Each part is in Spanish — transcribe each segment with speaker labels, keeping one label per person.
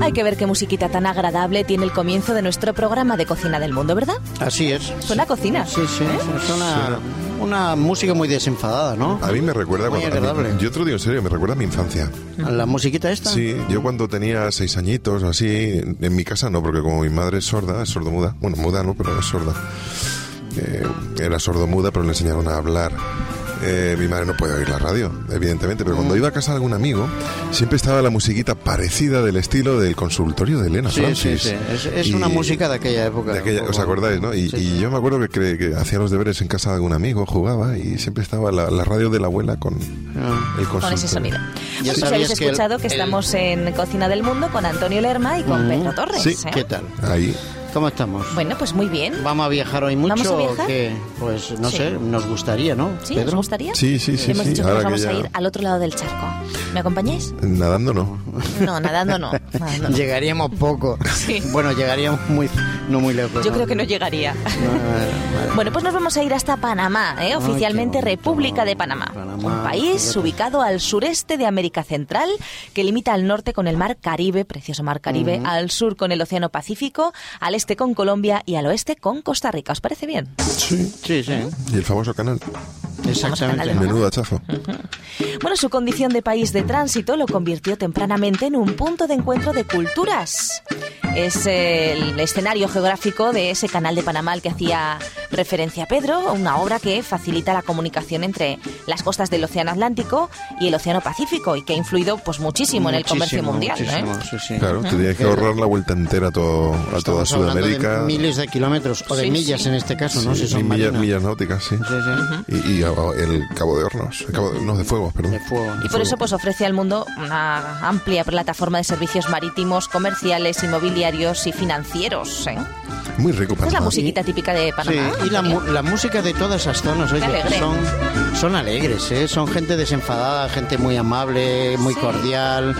Speaker 1: Hay que ver qué musiquita tan agradable tiene el comienzo de nuestro programa de Cocina del Mundo, ¿verdad?
Speaker 2: Así es.
Speaker 1: Suena ¿Eh? a cocina.
Speaker 2: Sí, sí, suena una música muy desenfadada, ¿no?
Speaker 3: A mí me recuerda
Speaker 2: Muy
Speaker 3: cuando- a mí-
Speaker 2: agradable.
Speaker 3: yo te lo digo en serio, me recuerda a mi infancia.
Speaker 2: ¿La musiquita esta?
Speaker 3: Sí, yo cuando tenía seis añitos o así, en en mi casa no, porque como mi madre es sorda, es sordomuda, bueno, muda no, pero es sorda. Eh, era sordomuda, pero le enseñaron a hablar. Eh, mi madre no puede oír la radio, evidentemente, pero
Speaker 2: Mm.
Speaker 3: cuando iba a casa de algún amigo, siempre estaba la musiquita parecida del estilo del consultorio de Elena
Speaker 2: Sí, sí,
Speaker 3: Francis.
Speaker 2: sí. Es, es una
Speaker 3: Y-
Speaker 2: música de aquella época.
Speaker 3: de aquella-
Speaker 2: un
Speaker 3: ¿Os
Speaker 2: poco.
Speaker 3: acordáis, no? Y,
Speaker 2: Sí,
Speaker 3: y
Speaker 2: sí.
Speaker 3: yo me acuerdo que, cre- que hacía los deberes en casa de algún amigo, jugaba y siempre estaba la, la radio de la abuela con
Speaker 2: Ah.
Speaker 3: el
Speaker 1: Con ese
Speaker 3: consultorio.
Speaker 1: sonido.
Speaker 2: Ya
Speaker 1: Bueno, si habéis
Speaker 2: sabías que el-
Speaker 1: escuchado que
Speaker 2: el- Mm,
Speaker 1: estamos en Cocina del Mundo con Antonio Lerma y con Pedro Torres.
Speaker 2: Sí,
Speaker 1: ¿eh?
Speaker 2: ¿qué tal?
Speaker 3: Ahí.
Speaker 2: ¿Cómo estamos?
Speaker 1: Bueno, pues muy bien.
Speaker 2: ¿Vamos a viajar hoy mucho?
Speaker 1: ¿Vamos a viajar?
Speaker 2: o qué? Pues no
Speaker 1: Sí.
Speaker 2: sé, nos gustaría, ¿no?
Speaker 1: ¿Sí?
Speaker 2: Pedro?
Speaker 1: ¿Os gustaría?
Speaker 3: Sí, sí, sí,
Speaker 1: Hemos
Speaker 3: sí.
Speaker 1: dicho que
Speaker 3: Ahora
Speaker 1: nos vamos
Speaker 3: que ya-
Speaker 1: a ir al otro lado del charco. ¿Me acompañáis?
Speaker 3: Nadando no.
Speaker 1: No, nadando no. nadando no.
Speaker 2: Llegaríamos poco.
Speaker 1: Sí.
Speaker 2: Bueno, llegaríamos muy, no Ah, muy lejos.
Speaker 1: Yo creo que no llegaría.
Speaker 2: No, no, no, no.
Speaker 1: Bueno, pues nos vamos a ir hasta Panamá, ¿eh? oficialmente
Speaker 2: qué bonito.
Speaker 1: República de Panamá.
Speaker 2: Panamá,
Speaker 1: un país
Speaker 2: fíjate.
Speaker 1: ubicado al sureste de América Central, que limita al norte con el mar Caribe, precioso mar Caribe, al sur con el Océano Pacífico, al este con Colombia y al oeste con Costa Rica. ¿Os parece bien?
Speaker 3: Sí.
Speaker 2: Sí, sí,
Speaker 3: Y el famoso canal.
Speaker 2: exactamente.
Speaker 1: Vamos a
Speaker 3: Menudo chafa.
Speaker 1: Bueno, su condición de país de tránsito lo convirtió tempranamente en un punto de encuentro de culturas. Es eh, el escenario geográfico de ese canal de Panamá al que hacía referencia Pedro, una obra que facilita la comunicación entre las costas del Océano Atlántico y el Océano Pacífico y que ha influido pues muchísimo, en el comercio
Speaker 2: Muchísimo,
Speaker 1: mundial. ¿eh?
Speaker 2: muchísimo, sí, sí.
Speaker 3: Claro, te tienes que ahorrar la vuelta entera a, todo- a toda
Speaker 2: Estamos hablando
Speaker 3: Sudamérica.
Speaker 2: De miles de kilómetros, o de
Speaker 1: Sí,
Speaker 2: millas
Speaker 1: sí.
Speaker 2: en este caso, ¿no?
Speaker 3: Sí,
Speaker 2: Si son
Speaker 3: millas,
Speaker 2: marinas.
Speaker 3: millas náuticas, sí.
Speaker 2: Sí, sí.
Speaker 3: Y, y a- a- el Cabo de Hornos. El Cabo de, no, de Fuegos, perdón.
Speaker 2: De fuego.
Speaker 1: Y por eso pues ofrece al mundo una amplia plataforma de servicios marítimos, comerciales, inmobiliarios y financieros. ¿eh?
Speaker 3: Muy rico
Speaker 1: Esta
Speaker 3: para
Speaker 1: es la musiquita típica de
Speaker 2: Sí,
Speaker 1: Panamá.
Speaker 2: y la,
Speaker 1: Antonio.
Speaker 2: mu- la música de todas esas zonas, oye,
Speaker 1: alegre.
Speaker 2: son, son alegres, ¿eh? son gente desenfadada, gente muy amable, muy
Speaker 1: Sí.
Speaker 2: cordial.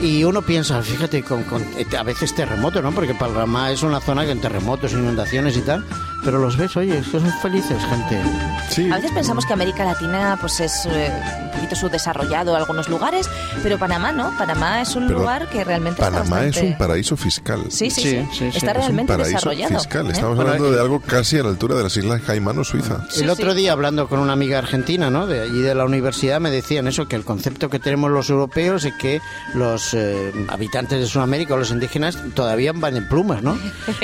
Speaker 2: Y uno piensa, fíjate, con, con- eh, a veces terremotos, ¿no? Porque Palramá es una zona que en terremotos, inundaciones y tal. Pero los ves, oye, es que son felices, gente.
Speaker 3: Sí.
Speaker 1: A veces pensamos que América Latina pues es eh, un poquito subdesarrollado en algunos lugares, pero Panamá no. Panamá es un
Speaker 3: Perdón.
Speaker 1: lugar que realmente está
Speaker 3: Panamá es
Speaker 1: bastante...
Speaker 3: un paraíso fiscal.
Speaker 1: Sí, sí,
Speaker 2: Sí,
Speaker 1: sí.
Speaker 2: sí, sí.
Speaker 1: Está
Speaker 2: Es un
Speaker 3: Es un
Speaker 1: realmente
Speaker 3: paraíso
Speaker 1: desarrollado.
Speaker 3: fiscal.
Speaker 1: ¿eh?
Speaker 3: Estamos hablando de algo casi a la altura de las Islas Caimán o Suiza.
Speaker 1: Sí,
Speaker 2: el otro
Speaker 1: sí.
Speaker 2: día hablando con una amiga argentina, ¿no? De allí de la universidad me decían eso que el concepto que tenemos los europeos es que los eh, habitantes de Sudamérica o los indígenas todavía van en plumas, ¿no?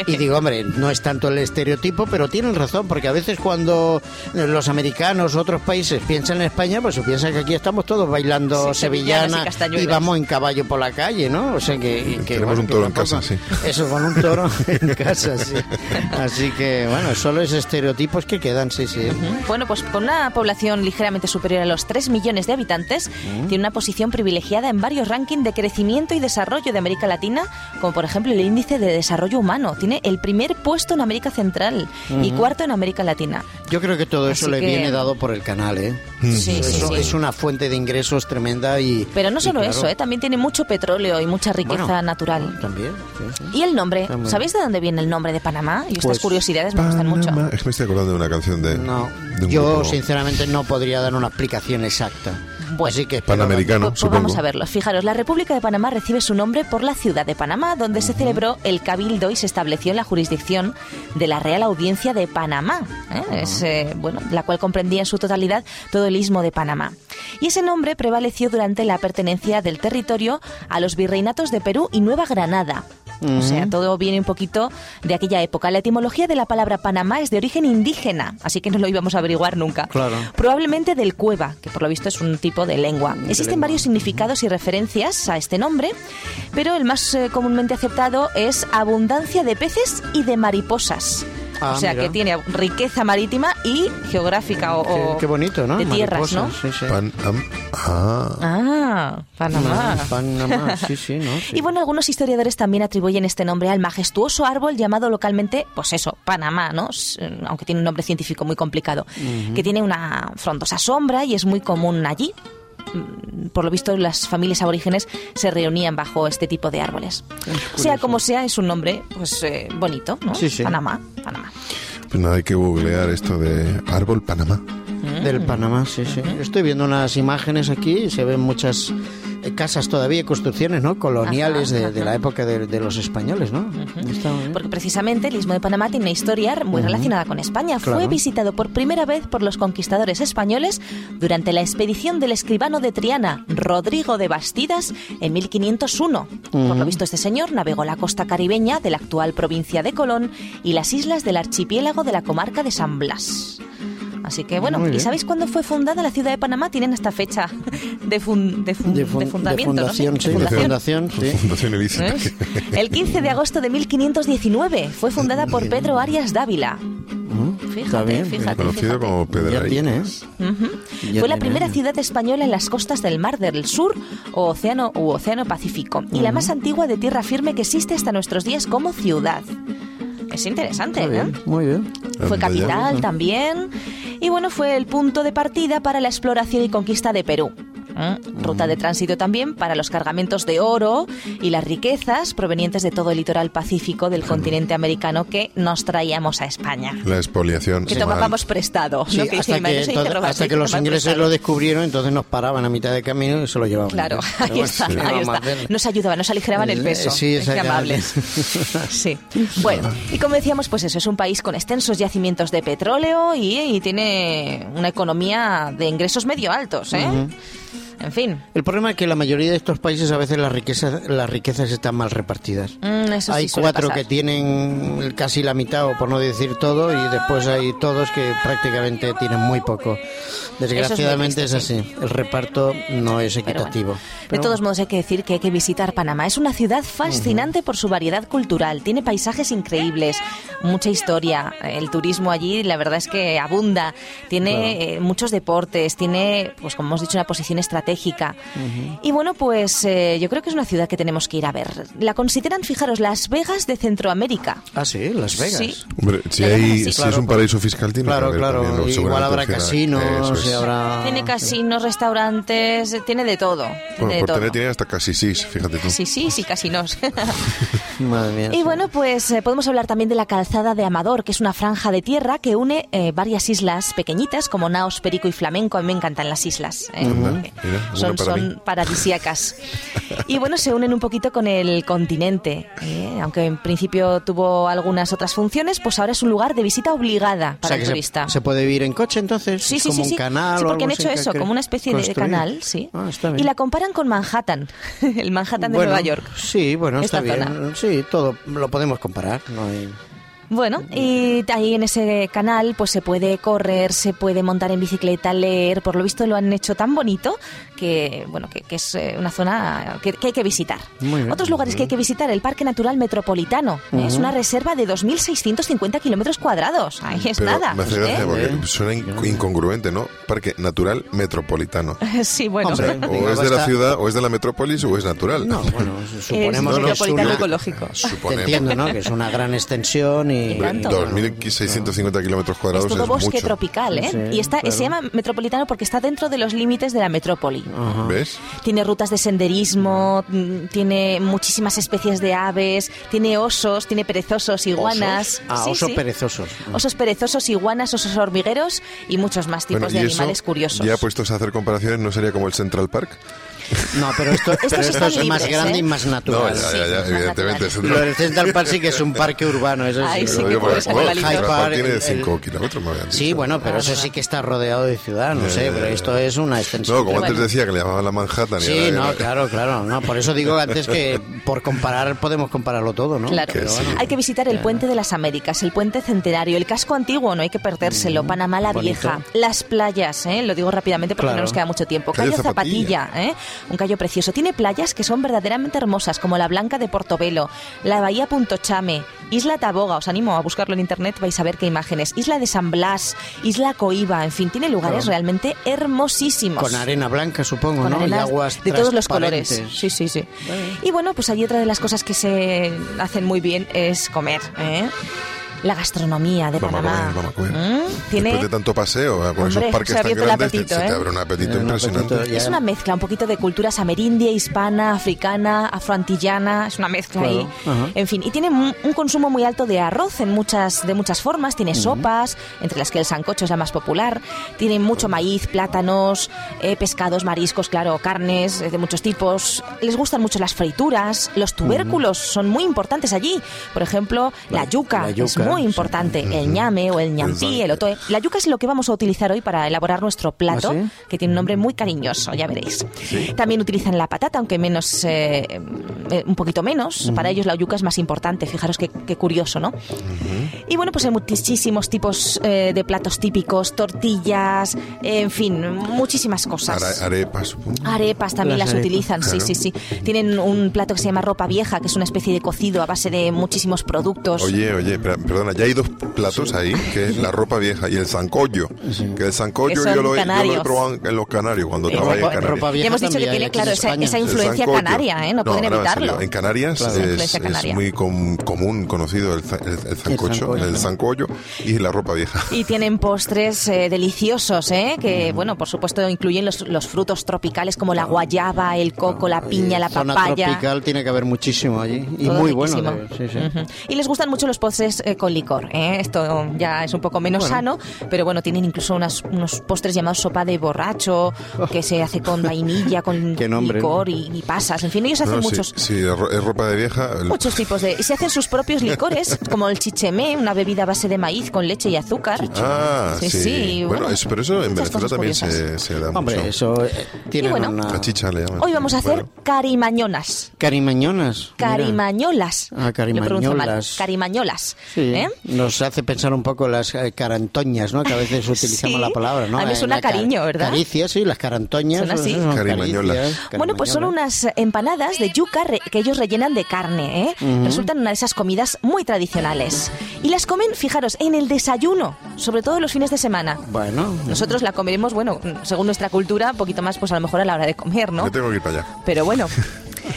Speaker 2: Y digo, hombre, no es tanto el estereotipo, pero tienen razón porque a veces cuando eh, los americanos otros países piensan en España, pues se piensan que aquí estamos todos bailando
Speaker 1: Sí, sevillanas y
Speaker 2: sevillana y,
Speaker 1: castañuelas.
Speaker 2: vamos en caballo por la calle, ¿no? O sea que, que,
Speaker 3: Tenemos un
Speaker 2: que
Speaker 3: toro en
Speaker 2: tampoco-
Speaker 3: casa, sí.
Speaker 2: eso, con un toro en casa, sí. Así que, bueno, solo es estereotipos que quedan, sí, sí.
Speaker 1: Bueno, pues con una población ligeramente superior a los 3 millones de habitantes,
Speaker 3: Mm.
Speaker 1: tiene una posición privilegiada en varios rankings de crecimiento y desarrollo de América Latina, como por ejemplo el índice de desarrollo humano. Tiene el primer puesto en América Central y cuarto en América Latina.
Speaker 2: Yo creo que todo eso
Speaker 1: Así
Speaker 2: le
Speaker 1: que-
Speaker 2: viene dado por el canal, ¿eh?
Speaker 3: Mm.
Speaker 1: Sí,
Speaker 2: Eso-
Speaker 1: sí,
Speaker 2: eso
Speaker 1: sí.
Speaker 2: es una fuente de ingresos tremenda y...
Speaker 1: Pero no
Speaker 2: y
Speaker 1: solo
Speaker 2: claro,
Speaker 1: eso, ¿eh? también tiene mucho petróleo y mucha riqueza
Speaker 2: Bueno,
Speaker 1: natural.
Speaker 2: También, sí, sí.
Speaker 1: Y el nombre,
Speaker 2: También.
Speaker 1: ¿sabéis de dónde viene el nombre de Panamá? Y estas
Speaker 2: Pues,
Speaker 1: curiosidades me gustan mucho.
Speaker 3: Panamá. Es que me estoy acordando de una canción de.
Speaker 2: No,
Speaker 3: Eh, de un
Speaker 2: yo
Speaker 3: grupo
Speaker 2: sinceramente no podría dar una explicación exacta.
Speaker 1: Bueno.
Speaker 2: Así que... espero-
Speaker 3: Panamericano,
Speaker 1: Pues- pues
Speaker 3: supongo.
Speaker 1: vamos a verlo. Fijaros, la República de Panamá recibe su nombre por la ciudad de Panamá, donde se celebró el Cabildo y se estableció en la jurisdicción de la Real Audiencia de Panamá, ¿eh? Es, eh, bueno, la cual comprendía en su totalidad todo el istmo de Panamá. Y ese nombre prevaleció durante la pertenencia del territorio a los virreinatos de Perú y Nueva Granada. O sea, todo viene un poquito de aquella época. La etimología de la palabra Panamá es de origen indígena, así que no lo íbamos a averiguar nunca.
Speaker 2: Claro.
Speaker 1: Probablemente del cueva, que por lo visto es un tipo de lengua. Existen
Speaker 2: lengua.
Speaker 1: varios significados y referencias a este nombre, pero el más eh, comúnmente aceptado es abundancia de peces y de mariposas.
Speaker 2: Ah,
Speaker 1: o sea,
Speaker 2: mira.
Speaker 1: que tiene riqueza marítima y geográfica o,
Speaker 2: Qué,
Speaker 1: o
Speaker 2: qué bonito, ¿no?
Speaker 1: de tierras,
Speaker 2: Mariposas,
Speaker 1: ¿no?
Speaker 2: Sí, sí.
Speaker 3: Pan am- ah.
Speaker 1: Ah, Panamá.
Speaker 2: Panamá, sí, sí, ¿no? Sí.
Speaker 1: Y bueno, algunos historiadores también atribuyen este nombre al majestuoso árbol llamado localmente, pues eso, Panamá, ¿no? S- eh, Aunque tiene un nombre científico muy complicado, que tiene una frondosa sombra y es muy común allí. Mm, Por lo visto, las familias aborígenes se reunían bajo este tipo de árboles. Sea como sea, es un nombre pues eh, bonito, ¿no?
Speaker 2: Sí, sí.
Speaker 1: Panamá, Panamá.
Speaker 3: Pues nada, hay que googlear esto de árbol Panamá.
Speaker 1: Mm.
Speaker 2: Del Panamá, sí, sí. Estoy viendo unas imágenes aquí y se ven muchas eh, casas todavía y construcciones ¿no? coloniales
Speaker 1: Ajá,
Speaker 2: de,
Speaker 1: ajá.
Speaker 2: de la época de, de los españoles, ¿no? Está muy bien.
Speaker 1: Porque precisamente el Istmo de Panamá tiene una historia muy relacionada con España. Fue
Speaker 2: Claro.
Speaker 1: visitado por primera vez por los conquistadores españoles durante la expedición del escribano de Triana, Rodrigo de Bastidas, en 1501. Por lo visto, este señor navegó la costa caribeña de la actual provincia de Colón y las islas del archipiélago de la comarca de San Blas. Así que bueno,
Speaker 2: Muy
Speaker 1: ¿y
Speaker 2: bien.
Speaker 1: sabéis cuándo fue fundada la ciudad de Panamá? Tienen esta fecha de, fun- de, fun-
Speaker 2: De,
Speaker 1: de
Speaker 2: fun- de
Speaker 1: fundamiento, ¿no?
Speaker 2: fundación,
Speaker 1: De
Speaker 2: sí, de
Speaker 1: fundación.
Speaker 2: fundación, sí.
Speaker 3: Fundación Elisa.
Speaker 1: ¿Eh? El 15 de agosto de 1519 fue fundada por Pedro Arias Dávila.
Speaker 2: Ujú, está
Speaker 1: Fíjate,
Speaker 2: bien,
Speaker 1: fíjate.
Speaker 3: Conocido como
Speaker 2: Ya
Speaker 3: Pedra.
Speaker 2: tienes.
Speaker 1: Ujú.
Speaker 2: Ya
Speaker 1: Fue la
Speaker 2: tiene.
Speaker 1: primera ciudad española en las costas del Mar del Sur o Océano, u Océano Pacífico y la más antigua de tierra firme que existe hasta nuestros días como ciudad. Es interesante,
Speaker 2: Muy
Speaker 1: ¿eh?
Speaker 2: bien, muy bien.
Speaker 1: Fue
Speaker 3: Anda ya.
Speaker 1: capital también. Y bueno, fue el punto de partida para la exploración y conquista de Perú. ¿Mm? Ruta de tránsito también para los cargamentos de oro y las riquezas provenientes de todo el litoral pacífico del continente americano que nos traíamos a España.
Speaker 3: La expoliación.
Speaker 1: Que
Speaker 3: mal.
Speaker 1: tomábamos prestado.
Speaker 2: Sí,
Speaker 1: ¿no? Que dice
Speaker 2: hasta
Speaker 1: mi madre,
Speaker 2: que,
Speaker 1: "Eso hay
Speaker 2: entonces-
Speaker 1: robar,
Speaker 2: hasta
Speaker 1: hay
Speaker 2: que los
Speaker 1: tomar
Speaker 2: ingleses
Speaker 1: prestado".
Speaker 2: lo descubrieron, entonces nos paraban a mitad de camino y se lo llevaban.
Speaker 1: Claro,
Speaker 2: Pero
Speaker 1: ahí
Speaker 2: bueno,
Speaker 1: está,
Speaker 2: ¿qué
Speaker 1: ahí
Speaker 2: vamos a
Speaker 1: está.
Speaker 2: hacer?
Speaker 1: Nos ayudaban, nos aligeraban el
Speaker 2: Eh,
Speaker 1: peso.
Speaker 2: sí,
Speaker 1: Qué
Speaker 2: exactamente.
Speaker 1: amables. Sí. Bueno, y como decíamos, pues eso, es un país con extensos yacimientos de petróleo y, y tiene una economía de ingresos medio altos, ¿eh? En fin,
Speaker 2: El problema es que la mayoría de estos países a veces las riquezas, las riquezas están mal repartidas.
Speaker 1: mm, eso
Speaker 2: hay
Speaker 1: sí suele
Speaker 2: cuatro
Speaker 1: pasar.
Speaker 2: que tienen casi la mitad, o por no decir todo, y después hay todos que prácticamente tienen muy poco. Desgraciadamente es,
Speaker 1: Eso es muy
Speaker 2: así. El reparto no es
Speaker 1: Pero bueno,
Speaker 2: equitativo.
Speaker 1: De
Speaker 2: Pero
Speaker 1: todos modos hay que decir que hay que visitar Panamá. Es una ciudad fascinante por su variedad cultural. Tiene paisajes increíbles, mucha historia. El turismo allí, la verdad es que abunda. Tiene eh, muchos deportes, tiene, pues como hemos dicho, una posición estratégica. Y bueno, pues eh, yo creo que es una ciudad que tenemos que ir a ver. La consideran, fijaros, Las Vegas de Centroamérica.
Speaker 2: Ah, sí, Las Vegas.
Speaker 1: Sí.
Speaker 3: Hombre, si,
Speaker 1: Te
Speaker 3: hay,
Speaker 1: llaman así.
Speaker 3: si es
Speaker 2: Claro,
Speaker 3: un paraíso fiscal, tiene que
Speaker 2: Claro,
Speaker 3: haber
Speaker 2: claro.
Speaker 3: también, ¿no?
Speaker 2: Igual
Speaker 3: Seguramente
Speaker 2: habrá
Speaker 3: funciona.
Speaker 2: casinos
Speaker 3: Eso
Speaker 2: y
Speaker 3: es.
Speaker 2: habrá...
Speaker 1: Tiene casinos, restaurantes, eh, tiene de todo.
Speaker 3: Ah, Bueno,
Speaker 1: de
Speaker 3: por
Speaker 1: todo.
Speaker 3: tener tiene hasta casi sis, fíjate tú.
Speaker 1: Sí, sí, sí, casinos.
Speaker 2: Madre mía.
Speaker 1: Y bueno, pues eh, podemos hablar también de la calzada de Amador, que es una franja de tierra que une eh, varias islas pequeñitas como Naos, Perico y Flamenco. A mí me encantan las islas. eh,
Speaker 3: Anda,
Speaker 1: porque
Speaker 3: mira, una
Speaker 1: son
Speaker 3: para
Speaker 1: son
Speaker 3: mí.
Speaker 1: paradisíacas. y bueno, se unen un poquito con el continente. eh, aunque en principio tuvo algunas otras funciones, pues ahora es un lugar de visita obligada
Speaker 2: O
Speaker 1: para
Speaker 2: sea,
Speaker 1: el
Speaker 2: que
Speaker 1: turista.
Speaker 2: se, se puede vivir en coche entonces,
Speaker 1: Sí,
Speaker 2: ¿Es
Speaker 1: sí,
Speaker 2: como
Speaker 1: sí,
Speaker 2: un
Speaker 1: sí.
Speaker 2: canal
Speaker 1: Sí,
Speaker 2: o
Speaker 1: porque
Speaker 2: algo
Speaker 1: han
Speaker 2: así
Speaker 1: hecho
Speaker 2: que hay
Speaker 1: eso,
Speaker 2: que
Speaker 1: como una especie de
Speaker 2: construir?
Speaker 1: canal, sí.
Speaker 2: Ah, está
Speaker 1: Y
Speaker 2: bien.
Speaker 1: la comparan con Manhattan, el Manhattan de
Speaker 2: Bueno,
Speaker 1: Nueva York.
Speaker 2: Sí, bueno,
Speaker 1: Esta
Speaker 2: está bien.
Speaker 1: zona.
Speaker 2: Sí, todo lo podemos comparar. No hay...
Speaker 1: Bueno, y ahí en ese canal pues se puede correr, se puede montar en bicicleta, leer, por lo visto lo han hecho tan bonito que bueno, que, que es eh, una zona que, que hay que visitar.
Speaker 2: Muy bien.
Speaker 1: Otros lugares que hay que visitar, el Parque Natural Metropolitano, ¿eh? es una reserva de 2.650 kilómetros cuadrados, ahí es
Speaker 3: Pero
Speaker 1: nada.
Speaker 3: me hace gracia
Speaker 1: ¿eh?
Speaker 3: porque
Speaker 2: Bien.
Speaker 3: suena inc- incongruente, ¿no? Parque Natural Metropolitano.
Speaker 1: Sí, bueno.
Speaker 3: O sea,
Speaker 2: Hombre,
Speaker 3: o
Speaker 2: venga,
Speaker 3: es de la
Speaker 2: basta.
Speaker 3: ciudad, o es de la metrópolis, o es natural.
Speaker 2: No, bueno, suponemos
Speaker 1: Es
Speaker 2: que es
Speaker 1: metropolitano
Speaker 2: una-
Speaker 1: ecológico.
Speaker 2: Te
Speaker 3: Suponemos.
Speaker 2: entiendo, ¿no? Que es una gran extensión y...
Speaker 1: ¿Y tanto?
Speaker 3: 2.650 kilómetros
Speaker 1: Es
Speaker 3: cuadrados es
Speaker 1: todo bosque
Speaker 3: mucho.
Speaker 1: tropical, ¿eh?
Speaker 2: Sí,
Speaker 1: y está,
Speaker 2: claro.
Speaker 1: se llama metropolitano porque está dentro de los límites de la metrópoli.
Speaker 2: Ajá.
Speaker 3: ¿Ves?
Speaker 1: Tiene rutas de senderismo, mm, tiene muchísimas especies de aves, tiene osos, tiene perezosos, iguanas.
Speaker 2: Ah,
Speaker 1: Sí,
Speaker 2: osos
Speaker 1: sí.
Speaker 2: perezosos.
Speaker 1: Osos perezosos, iguanas, osos hormigueros y muchos más tipos
Speaker 3: Bueno,
Speaker 1: de
Speaker 3: y eso,
Speaker 1: animales curiosos.
Speaker 3: ya puestos a hacer comparaciones, ¿no sería como el Central Park?
Speaker 2: No, pero esto, pero
Speaker 1: Estos
Speaker 2: esto
Speaker 1: están
Speaker 2: es más
Speaker 1: libres,
Speaker 2: grande
Speaker 1: ¿eh?
Speaker 2: y más
Speaker 3: No,
Speaker 2: natural.
Speaker 3: ya,
Speaker 1: sí,
Speaker 3: ya, ya,
Speaker 1: más
Speaker 3: evidentemente.
Speaker 1: natural.
Speaker 3: el
Speaker 2: Lo
Speaker 3: Central
Speaker 2: del Central Park sí que es un parque urbano, eso
Speaker 1: Ahí
Speaker 2: sí.
Speaker 1: sí
Speaker 3: Lo
Speaker 1: que
Speaker 3: digo
Speaker 1: puedes
Speaker 3: porque,
Speaker 1: hacer
Speaker 3: oh,
Speaker 1: el
Speaker 3: Central
Speaker 2: Hyde
Speaker 3: Park
Speaker 2: Park,
Speaker 3: tiene
Speaker 2: el-
Speaker 3: 5 kilómetros, me habían
Speaker 2: Sí,
Speaker 3: dicho.
Speaker 2: bueno, pero eso sí que está rodeado de ciudad, no
Speaker 3: Ya,
Speaker 2: sé,
Speaker 3: ya,
Speaker 2: pero
Speaker 3: ya.
Speaker 2: esto es una extensión.
Speaker 3: No, como
Speaker 1: Bueno.
Speaker 3: antes decía que le llamaban la Manhattan. y
Speaker 2: Sí,
Speaker 3: ahora-
Speaker 2: no, claro, claro. No, por eso digo antes que por comparar podemos compararlo todo, ¿no?
Speaker 1: Claro.
Speaker 3: Que sí.
Speaker 1: Hay que visitar el Puente de las Américas, el Puente Centenario, el casco antiguo, no hay que perdérselo, Panamá la
Speaker 2: Mm, bonito.
Speaker 1: Vieja, las playas, ¿eh? lo digo rápidamente porque
Speaker 2: Claro.
Speaker 1: no nos queda mucho tiempo.
Speaker 3: Cayo
Speaker 1: Cayo Zapatilla, ¿eh? un callo precioso. Tiene playas que son verdaderamente hermosas, como la Blanca de Portobelo, la Bahía Punto Chame, Isla Taboga, os animo a buscarlo en internet, vais a ver qué imágenes, Isla de San Blas, Isla Coiba, en fin, tiene lugares realmente hermosísimos
Speaker 2: Con arena blanca, supongo,
Speaker 1: con
Speaker 2: ¿no?
Speaker 1: arenas
Speaker 2: y aguas
Speaker 1: de todos los colores.
Speaker 2: transparentes.
Speaker 1: Sí, sí, sí. Y bueno, pues allí otra de las cosas que se hacen muy bien es comer. ¿eh? la gastronomía de
Speaker 3: Vamos a
Speaker 1: Panamá.
Speaker 3: comer, vamos a comer.
Speaker 1: ¿Mm? Tiene,
Speaker 3: Después de tanto paseo, eh, con
Speaker 1: Hombre,
Speaker 3: esos parques
Speaker 1: se ha
Speaker 3: tan
Speaker 1: abierto el
Speaker 3: grandes, te-
Speaker 1: apetito,
Speaker 3: se
Speaker 1: ¿eh?
Speaker 3: te abre un apetito
Speaker 2: Un
Speaker 3: impresionante.
Speaker 2: apetito, ya.
Speaker 1: Es una mezcla un poquito de culturas amerindia, hispana, africana, afroantillana, es una mezcla
Speaker 2: Claro,
Speaker 1: ahí.
Speaker 2: ajá.
Speaker 1: En fin, y tiene un, un consumo muy alto de arroz en muchas de muchas formas, tiene sopas, entre las que el sancocho es la más popular, tiene mucho maíz, plátanos, eh, pescados, mariscos, claro, carnes eh, de muchos tipos. Les gustan mucho las frituras, los tubérculos son muy importantes allí. Por ejemplo, la,
Speaker 2: La-
Speaker 1: yuca,
Speaker 2: la
Speaker 1: es muy
Speaker 2: yuca, sí.
Speaker 1: importante, el ñame o el ñampí,
Speaker 3: Exacto.
Speaker 1: el otoe. La yuca es lo que vamos a utilizar hoy para elaborar nuestro plato,
Speaker 2: ¿Ah, sí?
Speaker 1: que tiene un nombre muy cariñoso, ya veréis. También utilizan la patata, aunque menos, eh, eh, un poquito menos. Para ellos la yuca es más importante, fijaros qué, qué curioso, ¿no? Y bueno, pues hay muchísimos tipos eh, de platos típicos, tortillas, en fin, muchísimas cosas.
Speaker 3: Ara- arepas, supongo.
Speaker 1: Ah, Arepas también las,
Speaker 2: Las arepas.
Speaker 1: utilizan, sí,
Speaker 3: Claro.
Speaker 1: sí, sí. Tienen un plato que se llama ropa vieja, que es una especie de cocido a base de muchísimos productos.
Speaker 3: Oye, oye, espera, perdona, ya hay dos platos ahí, que es la ropa vieja y el zancollo. Que el
Speaker 1: Que
Speaker 3: zancollo
Speaker 1: son
Speaker 3: yo lo, he, yo lo he
Speaker 1: canarios.
Speaker 3: probado en los canarios, cuando
Speaker 1: Ropa-
Speaker 3: trabajé en
Speaker 2: Ropa,
Speaker 3: Canarias.
Speaker 2: ropa vieja
Speaker 1: Ya hemos dicho que
Speaker 2: también
Speaker 1: tiene,
Speaker 2: hay aquí
Speaker 1: claro,
Speaker 2: en
Speaker 1: esa-
Speaker 2: España.
Speaker 1: esa influencia
Speaker 3: zancollo.
Speaker 1: canaria, ¿eh? No pueden
Speaker 3: ahora, en serio,
Speaker 1: evitarlo.
Speaker 3: En Canarias
Speaker 1: Claro.
Speaker 3: es,
Speaker 1: Influencia
Speaker 3: es
Speaker 1: canaria.
Speaker 3: muy com- común, conocido el, za- el- el zancocho,
Speaker 2: zancollo.
Speaker 3: el zancollo y la ropa vieja.
Speaker 1: Y tienen postres eh, deliciosos, ¿eh? que,
Speaker 3: Mm.
Speaker 1: bueno, por supuesto incluyen los, los frutos tropicales como la guayaba, el coco, la piña, la
Speaker 2: Zona
Speaker 1: papaya.
Speaker 2: tropical tiene que haber muchísimo allí. Y
Speaker 1: Todo
Speaker 2: muy
Speaker 1: riquísimo.
Speaker 2: bueno. de- sí, sí.
Speaker 1: Ujú. Y les gustan mucho los postres eh, con licor. ¿eh? Esto ya es un poco menos sano, pero bueno, tienen incluso unas- unos postres llamados sopa de borracho, que se hace con vainilla, con
Speaker 2: Oh. Qué nombre,
Speaker 1: licor y, y pasas. En fin, ellos
Speaker 3: No,
Speaker 1: hacen
Speaker 3: sí,
Speaker 1: muchos,
Speaker 3: sí, es ro- es ropa de vieja. el-
Speaker 1: muchos tipos de... Y se hacen sus propios licores, como el chichemé, una bebida a base de maíz con leche y azúcar.
Speaker 3: Ah, sí.
Speaker 1: Sí, sí,
Speaker 3: bueno,
Speaker 1: bueno,
Speaker 3: eso, pero eso en
Speaker 1: muchas
Speaker 3: Venezuela
Speaker 1: cosas
Speaker 3: también se,
Speaker 1: curiosas.
Speaker 3: se da mucho.
Speaker 2: Hombre, eso eh, tiene
Speaker 1: bueno.
Speaker 2: una...
Speaker 3: Cachicha le llaman.
Speaker 1: Hoy vamos a hacer
Speaker 3: Bueno,
Speaker 1: carimañonas.
Speaker 2: Carimañonas. mira.
Speaker 1: Carimañolas.
Speaker 2: Ah, carimañolas.
Speaker 1: Lo pronuncio mal. Carimañolas.
Speaker 2: Sí,
Speaker 1: ¿Eh?
Speaker 2: Nos hace pensar un poco las eh, carantoñas, ¿no? Que a veces utilizamos
Speaker 1: Sí.
Speaker 2: la palabra, ¿no?
Speaker 1: A mí
Speaker 2: Eh,
Speaker 1: suena
Speaker 2: la car-
Speaker 1: cariño, ¿verdad?
Speaker 2: Caricias, sí, las carantoñas.
Speaker 1: Suena así.
Speaker 2: esas son
Speaker 3: Carimañolas.
Speaker 2: caricias,
Speaker 1: Bueno, pues son
Speaker 2: carimañolas.
Speaker 1: unas empanadas de yuca re- que ellos rellenan de carne. ¿eh? Resultan una de esas comidas muy tradicionales. Y las comen, fijaros, en el desayuno, sobre todo los fines de semana.
Speaker 2: Bueno,
Speaker 1: Nosotros la comeremos, bueno, según nuestra cultura, un poquito más, pues a lo mejor a la hora de comer, ¿no?
Speaker 3: Yo tengo que ir para allá.
Speaker 1: Pero bueno.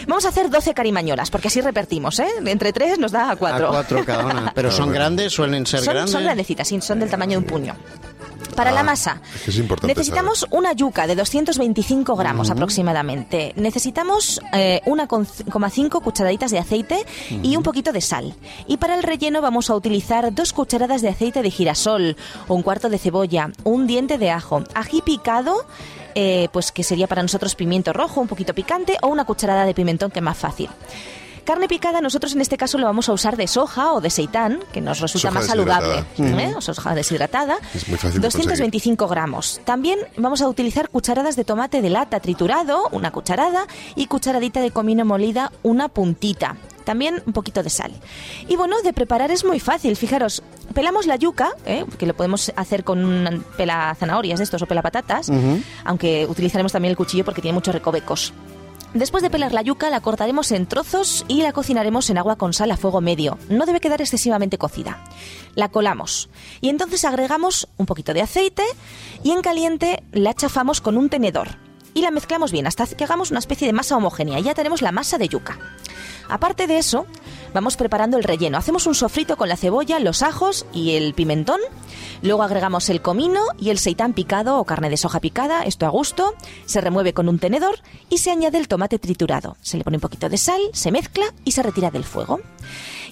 Speaker 1: Vamos a hacer 12 carimañolas, porque así repartimos, ¿eh? Entre tres nos da
Speaker 2: a cuatro cada una. Pero
Speaker 3: Ah,
Speaker 2: son
Speaker 3: bueno.
Speaker 2: grandes, suelen ser
Speaker 1: son,
Speaker 2: grandes.
Speaker 1: son grandecitas, sí, son del tamaño de un puño. Para
Speaker 3: Ah,
Speaker 1: la masa,
Speaker 3: es que es importante
Speaker 1: necesitamos una yuca de 225 gramos aproximadamente. Necesitamos eh, 1,5 cucharaditas de aceite y un poquito de sal. Y para el relleno vamos a utilizar dos cucharadas de aceite de girasol, un cuarto de cebolla, un diente de ajo, ají picado. eh, pues que sería para nosotros pimiento rojo, un poquito picante, o una cucharada de pimentón, que es más fácil. Carne picada, nosotros en este caso lo vamos a usar de soja o de seitán, que nos resulta
Speaker 3: Soja
Speaker 1: más saludable.
Speaker 3: deshidratada.
Speaker 1: ¿eh? O soja deshidratada.
Speaker 3: Es muy fácil de
Speaker 1: 225 gramos. También vamos a utilizar cucharadas de tomate de lata triturado, una cucharada, y cucharadita de comino molida, una puntita. También un poquito de sal. Y bueno, de preparar es muy fácil. Fijaros, pelamos la yuca, ¿eh? que lo podemos hacer con un pela zanahorias de estos o pela patatas, aunque utilizaremos también el cuchillo porque tiene muchos recovecos. Después de pelar la yuca, la cortaremos en trozos y la cocinaremos en agua con sal a fuego medio. No debe quedar excesivamente cocida. La colamos y entonces agregamos un poquito de aceite y en caliente la chafamos con un tenedor y la mezclamos bien hasta que hagamos una especie de masa homogénea. Ya tenemos la masa de yuca. Aparte de eso, vamos preparando el relleno. Hacemos un sofrito con la cebolla, los ajos y el pimentón. Luego agregamos el comino y el seitán picado o carne de soja picada, esto a gusto. Se remueve con un tenedor y se añade el tomate triturado. Se le pone un poquito de sal, se mezcla y se retira del fuego.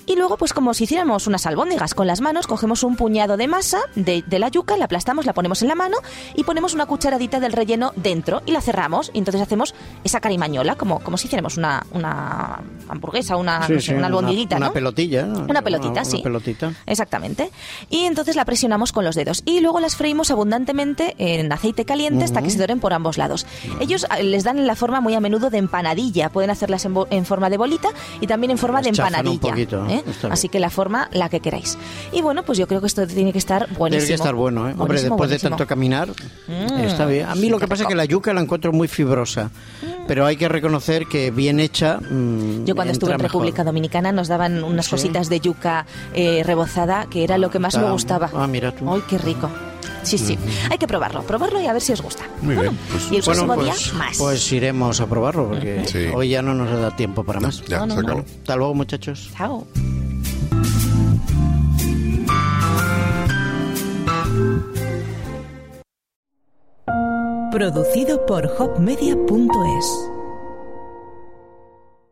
Speaker 1: Y luego, pues como si hiciéramos unas albóndigas con las manos, cogemos un puñado de masa de, de la yuca, la aplastamos, la ponemos en la mano y ponemos una cucharadita del relleno dentro y la cerramos. Y entonces hacemos esa carimañola, como, como si hiciéramos una, una hamburguesa, una,
Speaker 2: Sí,
Speaker 1: no sé,
Speaker 2: sí,
Speaker 1: una albondiguita,
Speaker 2: una,
Speaker 1: ¿no?
Speaker 2: pelotilla. ¿no?
Speaker 1: Una pelotita,
Speaker 2: una,
Speaker 1: sí.
Speaker 2: Una pelotita.
Speaker 1: Exactamente. Y entonces la presionamos con los dedos. Y luego las freímos abundantemente en aceite caliente hasta que se doren por ambos lados. Ellos ah, les dan la forma muy a menudo de empanadilla. Pueden hacerlas en, bo- en forma de bolita y también en forma
Speaker 2: Las
Speaker 1: de
Speaker 2: chafan
Speaker 1: empanadilla.
Speaker 2: un poquito,
Speaker 1: ¿eh?
Speaker 2: está bien.
Speaker 1: Así que la forma, la que queráis. Y bueno, pues yo creo que esto tiene que estar buenísimo.
Speaker 2: Tiene que estar bueno, ¿eh? Hombre,
Speaker 1: Buenísimo,
Speaker 2: después
Speaker 1: buenísimo. Mm.
Speaker 2: de tanto caminar, está bien. A mí lo que pasa es que la yuca la encuentro muy fibrosa, pero hay que reconocer que bien hecha. mm,
Speaker 1: Mm. Yo cuando estuve en
Speaker 2: entra mejor.
Speaker 1: República Dominicana nos daban unas
Speaker 2: Sí.
Speaker 1: cositas de yuca eh, rebozada que era lo que más
Speaker 2: está-
Speaker 1: me gustaba.
Speaker 2: ah, mira tú.
Speaker 1: ¡Ay, qué rico! Sí, sí. Hay que probarlo, probarlo y a ver si os gusta.
Speaker 3: Muy
Speaker 1: bueno,
Speaker 3: bien, pues-
Speaker 1: y el
Speaker 2: Bueno,
Speaker 1: próximo
Speaker 2: pues,
Speaker 1: día más.
Speaker 2: pues iremos a probarlo porque
Speaker 3: Sí.
Speaker 2: hoy ya no nos da tiempo para más.
Speaker 1: Pues,
Speaker 3: Ya,
Speaker 1: No, no,
Speaker 3: se
Speaker 1: no.
Speaker 3: acabó.
Speaker 2: Hasta luego, muchachos.
Speaker 1: Chao.
Speaker 4: Producido por hopmedia.es.